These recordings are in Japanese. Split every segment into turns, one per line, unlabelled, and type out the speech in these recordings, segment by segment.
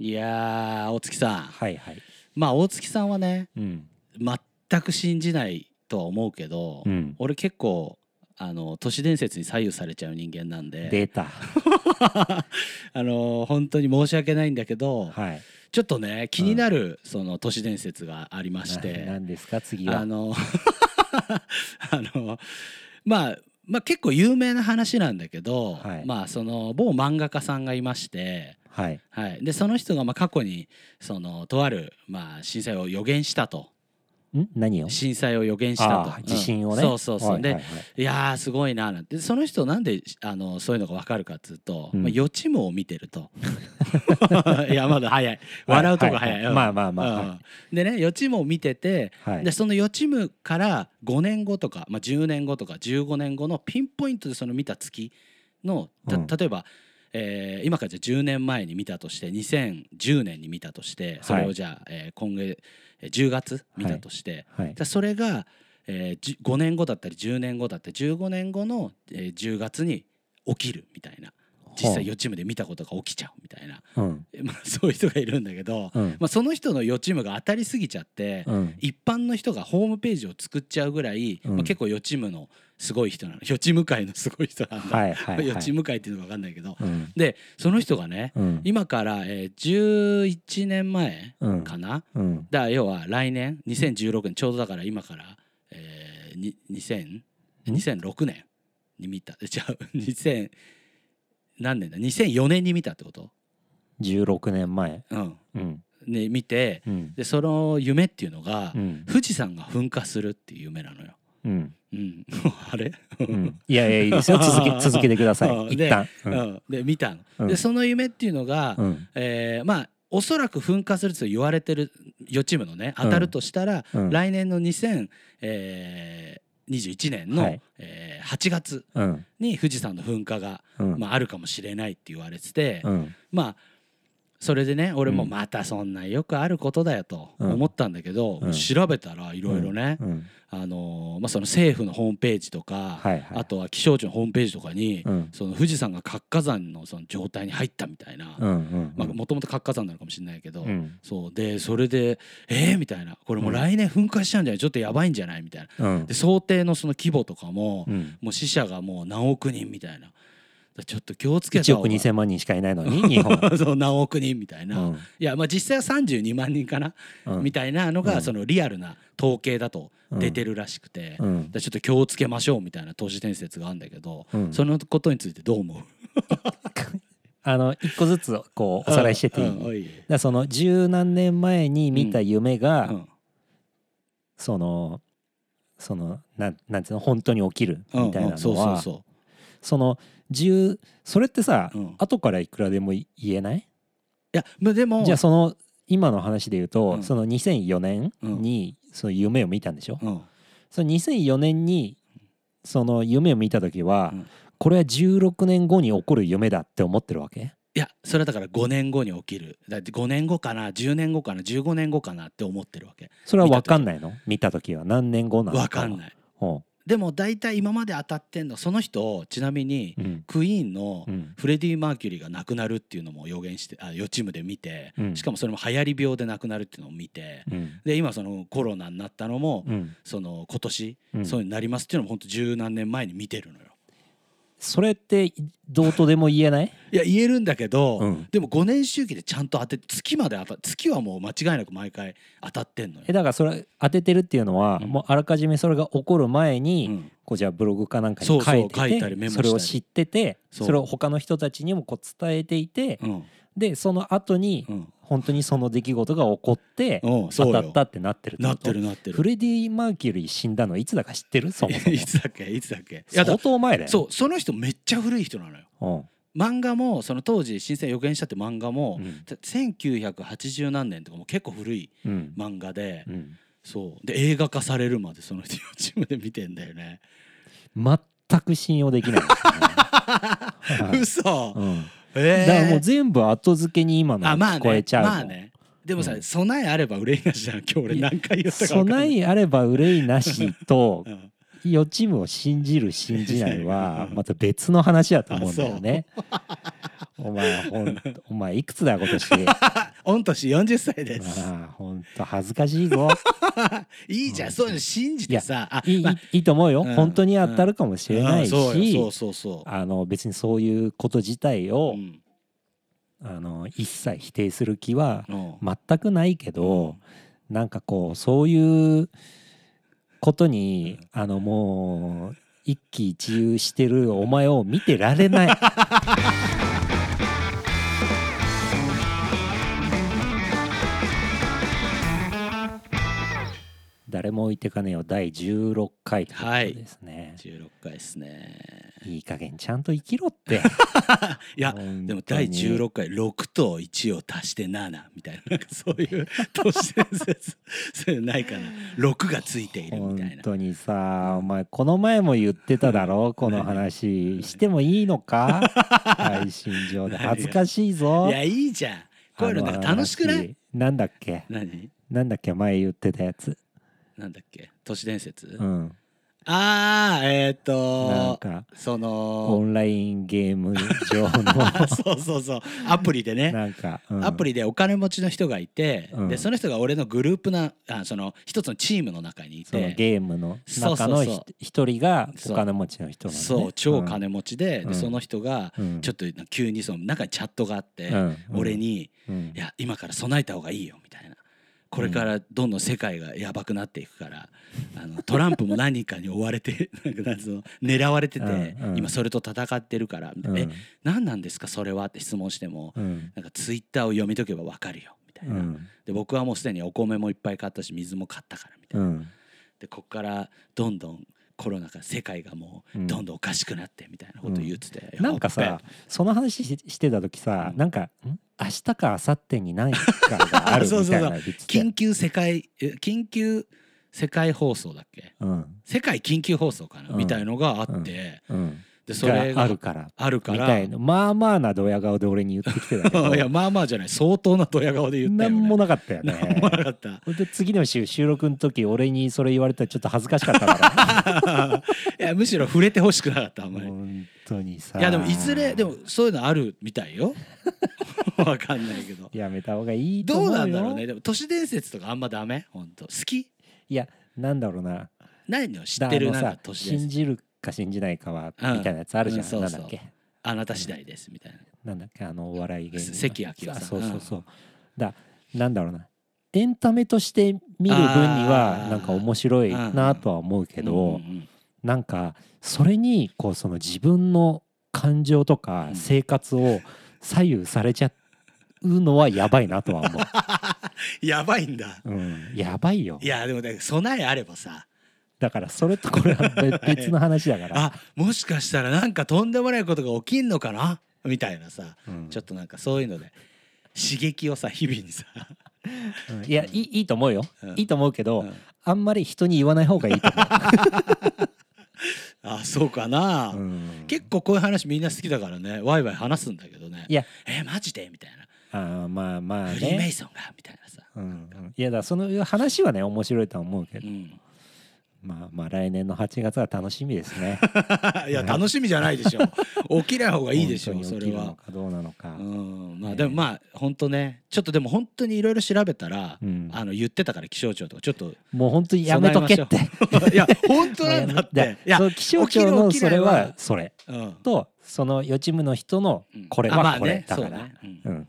いやー大月さん
はいはい
まあ大月さんはね
うん
全く信じないとは思うけど、
うん
俺結構あの都市伝説に左右されちゃう人間なんで
出た
あの本当に申し訳ないんだけど、
はい
ちょっとね気になるその都市伝説がありまし
な
て、
何ですか次
あ
は
の あのまあまあ結構有名な話なんだけど、
はい
まあその某漫画家さんがいまして、
はい
はい、でその人がまあ過去にそのとあるまあ震災を予言したと
ん何を
震災を予言したと
ああ
うん
地震をね
そうそうそう、
はい
で、
はい
い
はい
やーすごいなーなんてでその人なんであのそういうのが分かるかっつうと、
うん
まあ、予知夢を見てる と いやまだ早い笑うとこ早い、う
はは
ん
まあまあまあ
うん
は
でね予知夢を見てて、
いはい
でその予知夢から5年後とか、まあ、10年後とか15年後のピンポイントでその見た月のた
うん
例えば、えー今からじゃあ10年前に見たとして2010年に見たとしてそれをじゃあ、えー今月えー10月見たとして、
は
じ
い
ゃあそれが、えーじゅ5年後だったり10年後だったり15年後の、えー10月に起きるみたいな実際予知夢で見たことが起きちゃうみたいな、
うん
えまあ、 そういう人がいるんだけど、
うん
まあ、その人の予知夢が当たりすぎちゃって。
うん
一般の人がホームページを作っちゃうぐらい、
うん
まあ、結構予知夢のすごい人なの予知夢界のすごい人なんだ、
はいはいはい
予知夢界っていうのか分かんないけど
うん
でその人がね
うん
今から、えー、11年前
うん
かな、
うん
だから要は来年2016年ちょうどだから今から、えー、に2000
ん
2006年に見た じゃあ2000何年だ2004年に見たってこと
16年前
うん
うん
ね見て
うん
でその夢っていうのが、
うん
富士山が噴火するっていう夢なのよ。
うん
うん、 あれ、
うんいやいやいいですよ 続け続けてくださ
あ
い
で
一旦う
うんん、で見たの、
うん
でその夢っていうのが、
うん
えーまあおそらく噴火すると言われてる予知夢のね当たるとしたら、
うん
来年の2021、えー21年の、
はい
えー8月
うん
に富士山の噴火が、
うん
まあ、あるかもしれないって言われてて、
うん
まあそれでね俺も
うん
またそんなよくあることだよと思ったんだけど、
うん
調べたらいろいろね、
うん
あのーまあ、その政府のホームページとか、
はいはい
あとは気象庁のホームページとかに、
うん
その富士山が活火山のその状態に入ったみたいな
うんうん
まあもともと活火山なのかもしれないけど、
うん
そうでそれでえー、みたいなこれもう来年噴火しちゃうんじゃないちょっとやばいんじゃないみたいな
うん
で想定のその規模とかも、
うん
もう死者がもう何億人みたいなだからちょっと気をつけた
1
方
億
が
2000万人しかいないのに日本
そう何億人みたいな、
うん
いやまあ実際は32万人かな、
うん
みたいなの
う
が
ん
そのリアルな統計だと出てるらしくて、
う
だ
ん
からちょっと気をつけましょうみたいな都市伝説があるんだけど、
うん
そのことについてどう思う
あの一個ずつこうおさらいしててい
うん うん
い
いい
だからその十何年前に見た夢が、
うん
そのそのなんなんていうの本当に起きる
うん
みたい
う
な
んそ
の
うそう
は
そ
その十それってさ、
うん
後からいくらでも言えないう
いやまあでも
じゃあその今の話で言うと、
うん
その2004年にその夢を見たんでしょ、
うん
その2004年にその夢を見た時は、
うん
これは16年後に起こる夢だって思ってるわけ
いやそれはだから5年後に起きるだって5年後かな10年後かな15年後かなって思ってるわけ
それは分かんないの見た時は何年後なの
わかん
い
ないでも大体今まで当たってんのその人ちなみに
うん
クイーンの
うん
フレディ・マーキュリーが亡くなるっていうのも予言してあ予知夢で見て
うん
しかもそれも流行り病で亡くなるっていうのを見て
うん
で今そのコロナになったのも
うん
その今年
うん
そうになりますっていうのも本当十何年前に見てるのよ。
それってどうとでも言えない
いや言えるんだけど、
うん
でも5年周期でちゃんと当て月まで当た月はもう間違いなく毎回当たってんのよ
え。だからそれ当ててるっていうのは、
うん
もうあらかじめそれが起こる前に、
うん
こうじゃあブログかなんかに書
そう
いて
そう
て
書いたりメモした
そ
り
れを知ってて
そう
それを他の人たちにもこう伝えていて、
うん
でその後に
うん
本当にその出来事が起こって、
うん、そ
当
う
た
よ
ったってなってる
なって
る
るなって
フ
る。
レディ・マーキュリー死んだのいつだか知ってるそもそも
いつだっけいつだっけいやだ
相当前だよ
そうその人めっちゃ古い人なのよ。
うん
漫画もその当時「新鮮予言した」って漫画も、
うん
1980何年とかもう結構古い
うん
漫画で、
うん
そうで映画化されるまでその人 YouTube で見てんだよね。
全く信用 できないですねはい
嘘、
うん
えー
だからもう全部後付けに今の
あまあ
聞こえ
ね
ちゃうもん
まあねでもさ、
うん
備えあれば憂いなしじゃん今日俺何回言ったか分かんな
備
い
えあれば憂いなしと
備え、
予知夢を信じる信じないはまた別の話だと思うんだよね。お前ほんとお前いくつだよ今年
御年40歳です。
ああほんと恥ずかし いぞ
いいじゃ、
うんん
そういうの信じてさ、あ
いい,、
まあ
いいと思うよ、
うん
本当に当たるかもしれな
う
い
ん
し、
そうよそうそうそう。
あの別にそういうこと自体を、
うん
あの一切否定する気は
うん
全くないけど、なんかこうそういうことに、あのもう一喜一憂してるお前を見てられない 誰も置いてかねえよ第16回ということですね、
16回ですね。
い、い加減ちゃんと生きろって
いや、 でも第
16
16回6と1を足して7みたいななんかそういう都市伝説そういうのないかな6がついているみたい
本
な
当にさお前この前も言ってただろこの話してもいいの か配信上で
何が
恥ずかしいぞ
いやいいじゃんこういうのなんか楽しくな
あの
い
話なんだっけ
何
なんだっけ前言ってたやつ
なんだっけ都市伝説、
うん
ああえっ、
なん
と
か
そ
オ
の
ンラインゲーム上 の
そうそうそうアプリでね
なんか、うん
アプリでお金持ちの人がいて、
うん
でその人が俺のグループなあその一つのチームの中にい
その
て
ゲームの
そう
中
そ
の
うそう
ひ一人が
そ
お
う
金持ちの人なのね
そう超金持ちで,、
うん
でその人が
うん
ちょっと急にその中にチャットがあって、
うん
俺に
う
「
ん
いや今から備えた方がいいよ」みたいな「これからどんどん世界がやばくなっていくから、あのトランプも何かに追われて なんかなんつうの狙われてて、
うんうん
今それと戦ってるから」みたいな「
うん
え何なんですかそれは?」って質問しても、
うん
なんかツイッターを読み解けばわかるよみたいうな、
ん
で僕はもうすでにお米もいっぱい買ったし水も買ったからみた
う
いな、
ん
でこっからどんどんコロナ禍世界がも
うん
うどんどんおかしくなってみたいなこと言ってて、
なんか
やっ
さ
べ
その話ししてた時さ、
うん
なんかん明日か明後日に何かがあるみ
そうそ
た
う
い
そ
な
う
言ってたよ
緊急世界え緊急世界放送だっけ
うん
世界緊急放送かな、
うん
みたいのがあって、
うん
で
うん
それ
が
が
あるから
あるか
み
ら
たいなまあまあなドヤ顔で俺に言ってきてたけ ど
いやまあまあじゃない相当なドヤ顔で言ったよ、
何
ね、
もなかったよね
なんもなかった
ほんと次の週収録の時俺にそれ言われたらちょっと恥ずかしかった から
いやむしろ触れてほしくなかったあんまり。
本当にさ
いやでもいずれでもそういうのあるみたい よわかんないけど
やめた方がいいと
ど
思う
う
よ
なんだろうねでも都市伝説とかあんまダメ本当好き
いやなんだろうな
何の知
だ
ってる
あ
な
の
ん
さ
か都市伝
信
説
じるか信じないかは
うん
みたいなやつあるじゃん、
うんそうそう
なんだっけ
あなた次第ですみたいな
なんだっけあのお笑い芸人の
関明夫さん
あそうそうそう、だなんだろうなエンタメとして見る分に
あ
は
ー
なんか面白いなとは思うけ
うん
ど、
うん
なんかそれにこうその自分の感情とか
うん
生活を左右されちゃうのはやばいなとは思
やばいんだ
う、うん、やばいよ
いやでもだから備えあればさ
だからそれとこれは別別の話だか ら、
あもしかしたらなんかとんでもないことが起きんのかなみたいなさ
うん
ちょっとなんかそういうので刺激をさ日々にさ、
うんいやいいいいと思うよ、
うん
いいと思うけど、
うん
あんまり人に言わない方がいいと
あそうかな、
思う、うん
結構こういう話みんな好きだからねワイワイ話すんだけどね
いや
えマジでみたいな、
あーまあまあ
フリーメ
ね
イソンがみたいなさ、
うんうんいやだからその話はね面白いとは思うけ
う
ど、
ん、
まあまあ来年の8月は楽しみですね
いや楽しみじゃないでし ょ起きない方 がいいでしょ
本当
そ
に起
れ
きるの
は。
かどうなのか、
うんまあ、
ね
でもまあ本当ねちょっとでも本当にいろいろ調べたら、
うん
あの言ってたから気象庁とかちょっ と
もう本当にやめとけって
備いや本当なんだっ
いや
ていや
そう気象庁の
起きる起き
そ
な
れ
いは
はそれ
うん
とその予知夢の人の
うん
これ
あま
は
あ
これ
ね
だから、
そうねうん
うん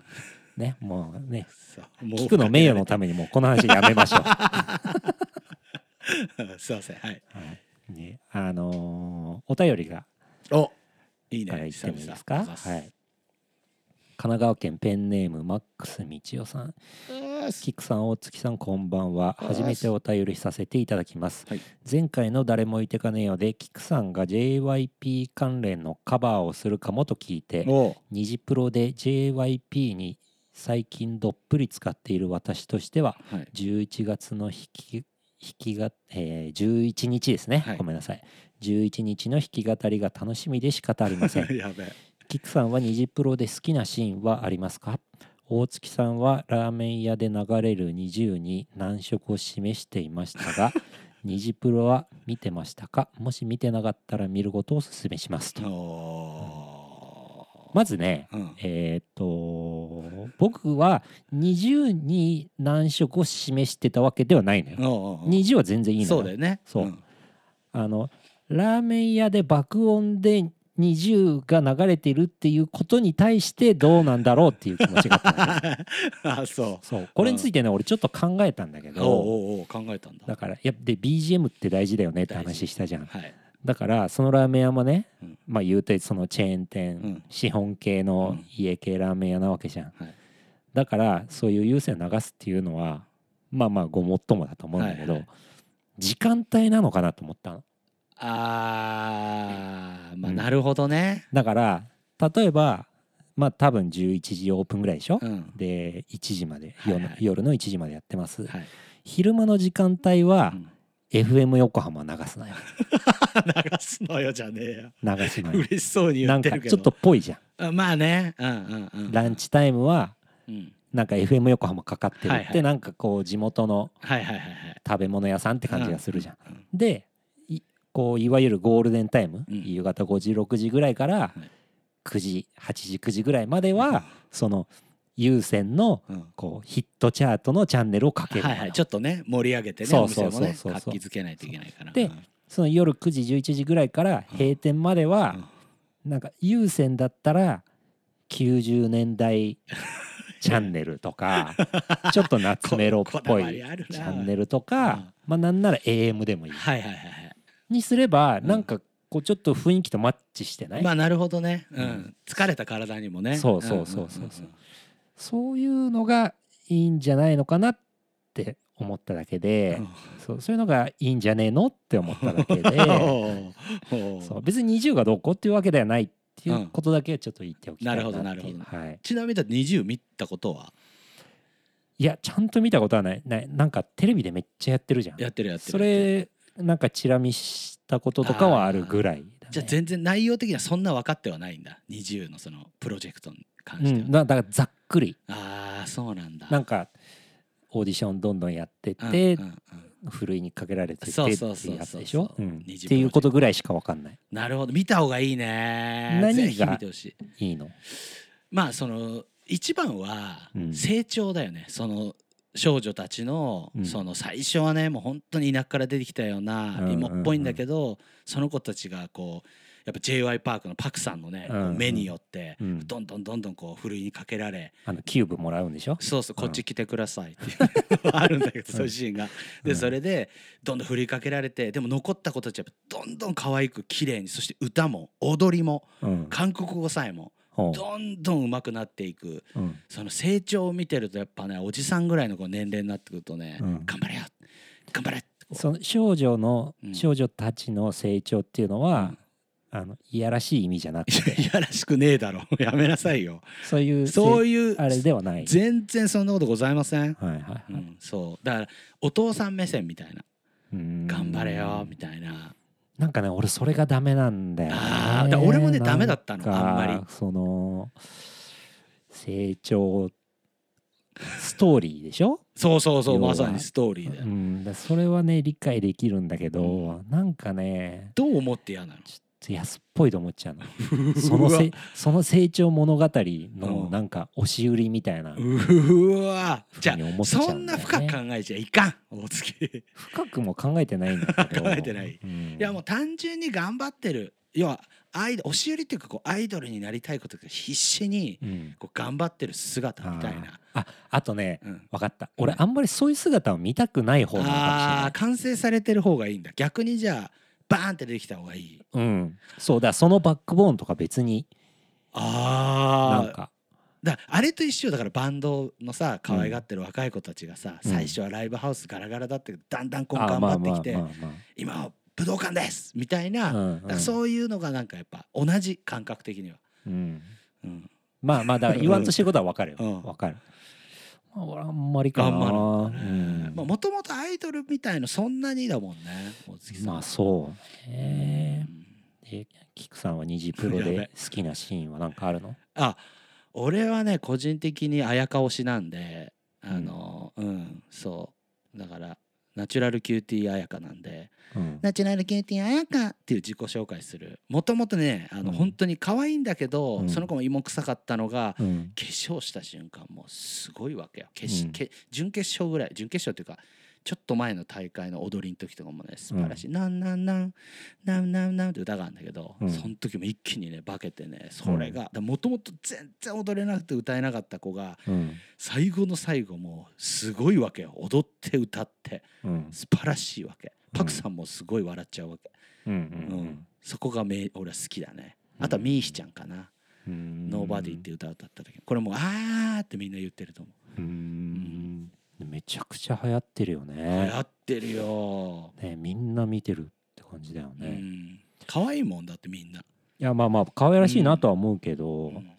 ねもうね
そうもう
聞くの名誉のためにもうこの話やめ ましょう、は
すい ませんはい
いね、あのーお便りが
おいいね
から言ってもいいですか、
久々
はい、神奈川県ペンネームマックス道夫さんキクさん大月さんこんばんは
おはようござ
初
いま
め
す
てお便りさせていただきます、
はい
前回の「誰も置いてかねえよ」でキクさんが JYP 関連のカバーをするかもと聞いて
お
ニジプロで JYP に最近どっぷり使っている私としては
はい
11月の引き引きが、えー11日ですね、
はい
ごめんなさい11日の弾き語りが楽しみで仕方ありません
やべえ
キクさんはニジプロで好きなシーンはありますか大月さんはラーメン屋で流れる20に難色を示していました がニジプロは見てましたかもし見てなかったら見ることをお勧めしますと
お
まずね
うん、
えーっと僕は20に難色を示してたわけではないのよ。
おうおうおう
20は全然いいのよ。
そうだよね
そうんあのラーメン屋で爆音で20が流れてるっていうことに対してどうなんだろうっていう気持ちがあった のね
あそう
そうこれについてね俺ちょっと考えたんだけ
おう
ど
おうおう考えたんだ
だからやっぱで BGM って大事だよねって話したじゃん
はい
だからそのラーメン屋もね、
うん
まあ言うてそのチェーン店、
うん
資本系の家系ラーメン屋なわけじゃん、
はい
だからそういう優先を流すっていうのはまあまあごもっともだと思うんだけど、
はいは
時間帯なのかなと思ったの
あーまあ
うん
なるほどね
だから例えばまあ多分11時オープンぐらいでしょ、
うん
で1時まで、
はいはい
夜の夜の1時までやってます、
はい
昼間の時間帯は
うん
FM 横浜流すなよ
流すのよじゃねえよ
流すな よ
嬉しそうに
な
言っ
ん
て
か
るけ
ち
ど
ょっとぽいじゃん
あまあねうんうんうん
ランチタイムは
うん
なんか FM 横浜かかってるって、
はいはい
なんかこう地元の
はいはいはいはい
食べ物屋さんって感じがするじゃん。
うん
でいこういわゆるゴールデンタイム、
うん
夕方5時6時ぐらいから
はい
9時8時9時ぐらいまでは、その有線の
うんうん
こうヒットチャートのチャンネルをかけるの
はいはいちょっとね盛り上げてね
そ
お
うそ
店
う
も
そうそう
ね
そう
活気づけないといけないから
で
うん
その夜9時11時ぐらいから閉店までは、なんか有線だったら90年代チャンネル とかちょっと夏メロっ
ここだ
ぽ
わ
い
りあるな
チャンネルと
う
か
ん、
まあなんなら AM でもいい
はいはいはい
にすれば
うん
なんかこうちょっと雰囲気とマッチしてな、
はいいまあなるほどねう
うん
ん疲れた体にもね
そうそうそうそうそうん
んん
そういうのがいいんじゃないのかなって思っただけで、
うん
そうそういうのがいいんじゃねえのって思っただけで
おうおう
そう別に20がどうこうっていうわけではないっていうことだけはちょっと言っておきたいなっていう、
なるほどなる
はい、
ちなみにだって20見たことはい
やちゃんと見たことはないないなんかテレビでめっちゃやってるじゃん
やってるやってる
それなんかチラ見したこととかはあるぐらいだ、ね、
じゃあ全然内容的にはそんな分かってはないんだ20のそのプロジェクトに関
う
しては、
ん、だだからざっくり
ああそうなんだ
なんかオーディションどんどんやってっ
うん
て、
うんうん
ふるいにかけられててって
そうそうそうそう
いうやつでしょ、うん
二次
っていうことぐらいしかわかんない
なるほど見た方がいいね
何
ぜ
が
ひ見てほしい
いいの
まあその一番は
うん
成長だよね、その少女たちの、
うん
その最初はねもう本当に田舎から出てきたよう
うんうん
な
うん
芋っぽいんだけど、その子たちがこうやっぱ j y パークのパクさんのね、こう
うんうん
目によって
うん
どんどんどんどんこうふるいにかけられ、
あのキューブもらうんでしょ
そうそう
うん
こっち来てくださいっていうのがあるんだけどそういうシーンが。
う
で
ん
それでどんどん振りかけられてでも残った子たちはやっぱどんどん可愛く綺麗にそして歌も踊りも
うん
韓国語さえも
ほ
どんどん上手くなっていく
ううん
その成長を見てるとやっぱねおじさんぐらいのこう年齢になってくるとね
うん
頑張れよ頑張れってこう
その少女の、
うん
少女たちの成長っていうのは、あのいやらしい意味じゃなく
いや
て
いやらしくねえだろ やめなさいよ
そういう
そう
い
いう
あれではない
全然そんなことございません、
はいはいは
う
い、
ん、そうだからお父さん目線みたいな
うん
頑張れよみたいな。
なんかね俺それがダメなんだよね
あーだから俺もね
なんか
ダメだったのあんまり
その成長ストーリーでしょ、
そうそうそう
要は
まさにストーリ
う
ーだよ、
ん、だそれはね理解できるんだけど、なんかね
どう思って嫌なの
ちょっと安っぽいと思っちゃう のそのせその成長物語
う
の
ん
なんか押し売りみたいな
うわ
ふ
じ
う
ゃ
に思
あ
っちゃ
そ
うんだよね
んな深く考えちゃいかん大月
深くも考えてないんだ けど
考えてない、
うん
いやもう単純に頑張ってる要はアイド押し売りっていうかこうアイドルになりたいことが必死に
うん
こう頑張ってる姿みたいな
あーああとね
うん
分かった俺あんまりそういう姿を見たくない方なの
あー
か
完成されてる方がいいんだ逆にじゃあバーンって出てきた方がいい
もしれないうんそうだそのバックボーンとか別にな
あ
んか
だからあれと一緒よだからバンドのさ可愛がってる若い子たちがさ、
うん
最初はライブハウスガラガラだったけどだんだんこう
あ
頑張ってきて、
まあまあまあ
今は武道館ですみたいな、
まあうん
だからそういうのがなんかやっぱ同じ感覚的には、
うんうん
うん、
まあまあだから言わんとしてることは分かる
う
よ
ん
分かるまあ俺あんまりかな
あんまり
うん
まあもともとアイドルみたいのそんなにだもんね大月さん
まあそうね
うん
えキクさんは二次プロ
や
で
べ
好きなシーンはなんかあるの
あ俺はね個人的に綾香推しなんであのうん、そうだからナチュラルキューティーあやかなんで
うん
「ナチュラルキューティーあやか」っていう自己紹介するもともとねあの
うん
本当に可愛いんだけど、
うん
その子も芋臭かったのが
うん
化粧した瞬間もうすごいわけよ決し
うん
け準決勝ぐらい準決勝っていうかちょっと前の大会の踊りの時とかもね素晴らしい「なんなんなんなんなんなん」って歌があるんだけど、
うん
その時も一気にね化けてねそれがもともと全然踊れなくて歌えなかった子が
うん
最後の最後もうすごいわけよ踊って歌って
うん
素晴らしいわけパクさんもすごい笑っちゃうわけ、
うんう
うん
ん
そこがめ俺は好きだねあとはミーヒちゃんかな、
うん
ノーバディって歌を歌った時これもうあーってみんな言ってると思う
うんめちゃくちゃ流行ってるよ
流
ね
行ってるよ、
ねみんな見てるって感じだよ
う
ね
ん可愛いもんだってみんな、
いやまあまあ可愛らしいなとは思うけ
う
ど
ん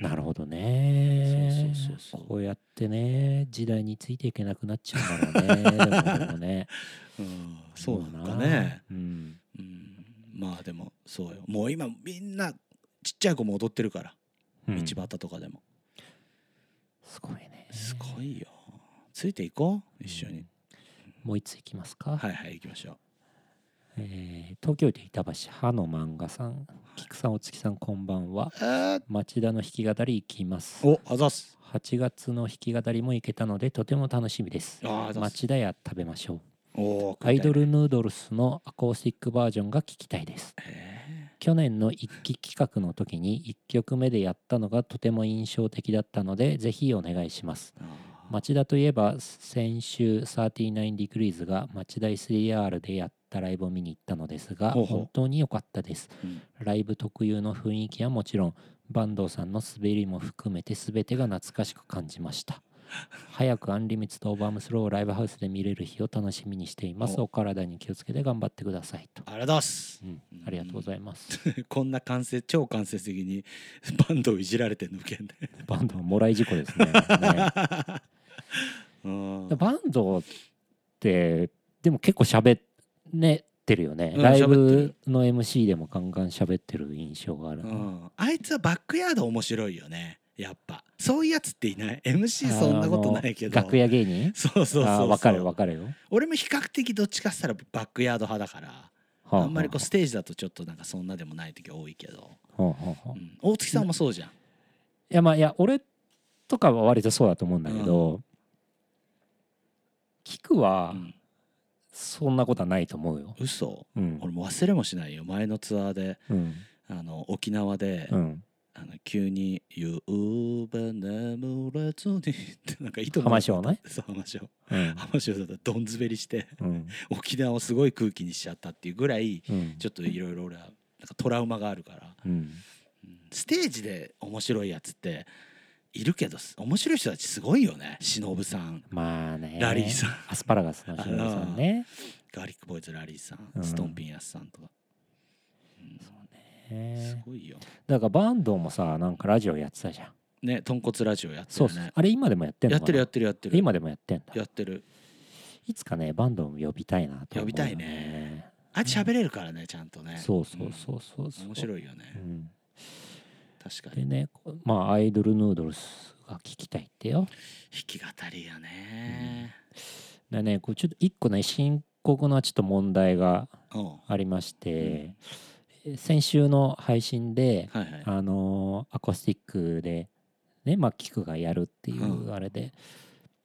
なるほどね
そうそうそうそう
こうやってね時代についていけなくなっちゃうんだろうねでも俺もね
うん そうなのかね、
うん
うん、まあでもそうよもう今みんなちっちゃい子も踊ってるから
う
道
ん
端とかでも、
すごいね
すごいよついていこう一緒に、
もう一ついきますか、
はいはい行きましょ
えー東京都板橋歯の漫画さん菊さんお月さんこんばんは
うあー
町田の弾き語り行きます
おあざっす
8月の弾き語りも行けたのでとても楽しみです
あー出す
町田屋食べましょう
おー
アイドルヌードルスのアコースティックバージョンが聞きたいです
え
去年の一期企画の時に1曲目でやったのがとても印象的だったのでぜひお願いします
ーあー
町田といえば先週39 degrees が町田 SDR でやったライブを見に行ったのですが
ほうほう
本当に良かったです
うん
ライブ特有の雰囲気はもちろん坂東さんの滑りも含めて全てが懐かしく感じました早くアンリミッツとオーバームスローをライブハウスで見れる日を楽しみにしています
お
お体に気をつけて頑張ってくださいと、
ありがとうございます
うん、ありがとうございます
こんな間接超間接的にバンドをいじられてるの受けんで、
バンドはもらい事故ですねね
うん
バンドってでも結構喋ってるよね、
うん
ライ
喋っ
ブの MC でもガンガン喋ってる印象がある、
うんあいつはバックヤード面白いよねやっぱそういうやつっていない MC そんなことないけど
あの楽屋芸人
そうそうそう
あ
そ
ー
う
わかるわかるよ
俺も比較的どっちかっつったらバックヤード派だから
は
あんまりこう
は
ステージだとちょっとなんかそんなでもない時多いけど、
ははは
うん大月さんもそうじゃん
いやまあいや俺とかは割とそうだと思うんだけど、キクは
うん
そんなことはないと思うよ。
嘘
うん
俺も忘れもしないよ前のツアーで
うん
あの沖縄で、
うん、
あの急に「夕べ眠れずに」ってなんか糸の
浜章ね。
そう浜松
うん
浜松だったらどん滑りして
うん
沖縄をすごい空気にしちゃったっていうぐらい
うん
ちょっといろいろ俺はなんかトラウマがあるから、
うん
うんステージで面白いやつっているけどす面白い人たちすごいよね忍さん
まあね。
ラリーさん、
アスパラガスの忍さんね。
ガーリックボーイズラリーさん、
うん
ストンピンヤスさんとか、うんす
ね
ごいよ
だからバンドもさなんかラジオやってたじゃん。
ね豚骨ラジオやってる
そう
よ
そう
ね
あれ今でもやってんの
やっ
か
て
な
るやってるやってる
今でもやってんだ
やってる
いつかねバンドも呼びたいなと思うよ、
呼びたいねあいつ喋れるからねちゃんとね
そうそうそうそうそう、
ん面白
い、
いよね、
うん、
確か
で
に
ねこまあアイドルヌードルスが聞きたいってよ
弾き語りやね
でねこうちょっと一個ね深刻なちょっと問題が
うん
ありまして、先週の配信で、
はいはい
あのーアコースティックでねまあキクがやるってい
うん
うあれで、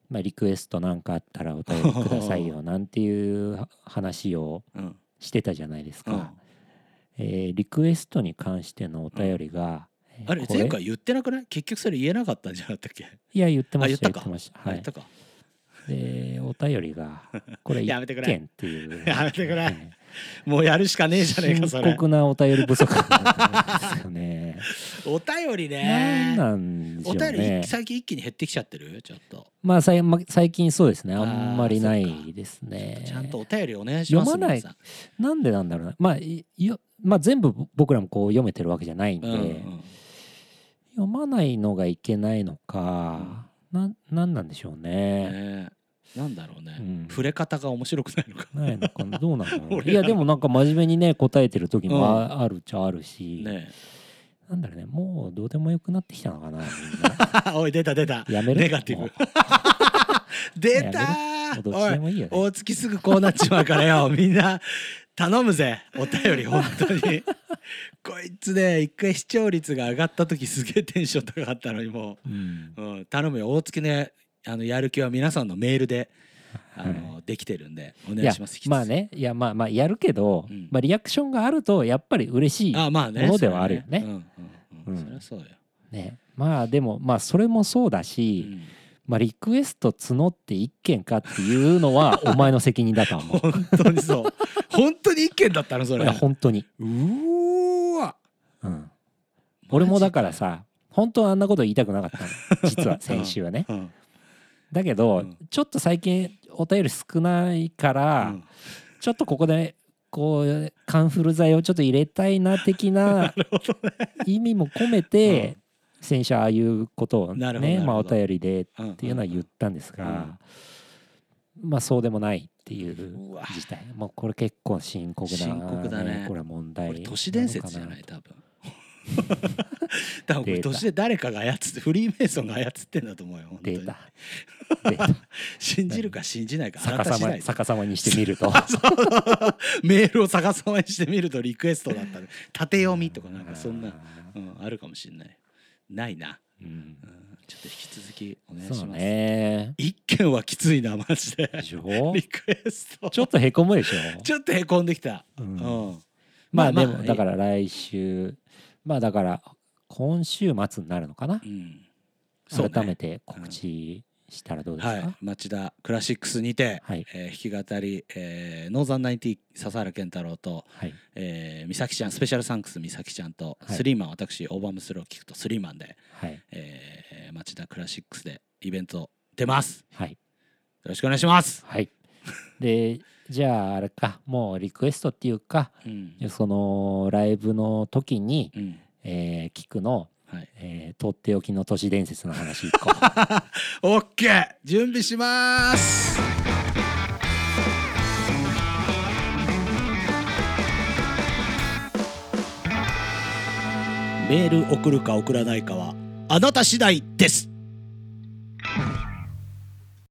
まあ、リクエストなんかあったらお便りくださいよなんていうは話を
うん
してたじゃないです
う
か、
ん
えーリクエストに関してのお便りが、えー
あれ
こ
前回言ってなくない結局それ言えなかったんじゃなかったっけ
いや言ってま
あ言
した
った
言
か
ってましたは
言
い
ったか
でお便 りがこれ
や
一
めてくれ
件っていう
やめ てくれ
はい
もうやるしかねえじゃねえかそ
深
れ
刻なお便り不足なんですよね
お便り
なん
ね
なんでしょ
お
う
便り
ね
一最近一気に減ってきちゃってるちょっと
まあさいま最近そうですね
あ
あ
ー
んまりな
そっか
いですね
ちゃんとお便りお願いします
読まない
皆さん
なんでなんだろうなまあいよまあ全部僕らもこう読めてるわけじゃないんで、
うんうん
読まないのがいけないのか、なん、なんなんでしょう
ね
ね
えなんだろうね
うん
触れ方が面白くないのか
ないのかなどうなんだろ う、
俺
ね、
ら
いやでもなんか真面目にね答えてる時
うん
もああるっちゃあるし、
ね
なんだろうねもうどうでもよくなってきたのかなみんな
えおい出た出た
やめる
ネガティ
も
ブ
う
出た
や
ー
どっち
お
で
い
もいいよね。
大月すぐこうなっちまうからよ みんな頼むぜお便り本当にこいつね一回視聴率が上がった時すげえテンション高かったのにも
うん
う、うん、頼むよ大月ねあのやる気は皆さんのメールであの、できてるんでお
い
願い
や
します引き続き
まあねいやまあまあやるけど、
うん
まあ、リアクションがあるとやっぱり嬉しい、
あまあね
ものではあるよね
それはうんうんうん
うん
そりゃそうよ、
ね、まあでもまあそれもそうだ
う
し、
ん
まあ、リクエスト募って一件かっていう のはお前の責任だとは思
本当にそう本当に一件だったのそう
い
れ
や本当に、
うーわ
うん、俺もだからさ本当はあんなこと言いたくなかったの実は
ん
先 週はね
マジか
だけど、
うん
ちょっと最近お便り少ないから、
うん
ちょっとここでこうカンフル剤をちょっと入れたいな的な
なるほどね
意味も込めて、先週ああいうことを
なるほどな
ね
るほど
まあ、お便りでっ
って
いうのは言ったんですが、まあそうでもないっていう
うわ
事態もうこれ結構深刻な、
深刻だね
これ問題
これ都市伝説じゃない
の
多
か
分多分これ
データ
都市で誰かが操ってフリーメイソンが操ってんだと思うよ本当
デー
に
タデー
信じるか信じ ないか
タ
あなた
逆さ
次
ま
第です
逆さまにしてみると
メールを逆さまにしてみるとリクエストだったの縦読みとかなんかそんな、うん、あるかもしれないないな、
うん
うん、ちょっと引き続きお願いします
そうね
一件はきついなマジで
でし ょ
リクエスト
ちょっとへこむでしょ
ちょっとへこんできた、
う
うんん、
まあ
まあ
で
まあ
もだから来週まあだから今週末になるのかな
うんそうね
改めて告知したらどうです
はい
か、
町田クラシックスにて、
はい
えー弾き語り、えー、ノーザンナインティ笹原健太郎と、
はい
えー、美咲ちゃんスペシャルサンクス美咲ちゃんと、
はい
スリーマン私オーバームスロー聞くとスリーマンで、
はい
えー、町田クラシックスでイベント出ますよ
はい
ろしくお願いします、
はいでじゃああれかもうリクエストっていうか
うん
そのライブの時に、
うん
えー聞くの、
はい、
えーとっておきの都市伝説の話いこう
オッケー準備しますメール送るか送らないかはあなた次第です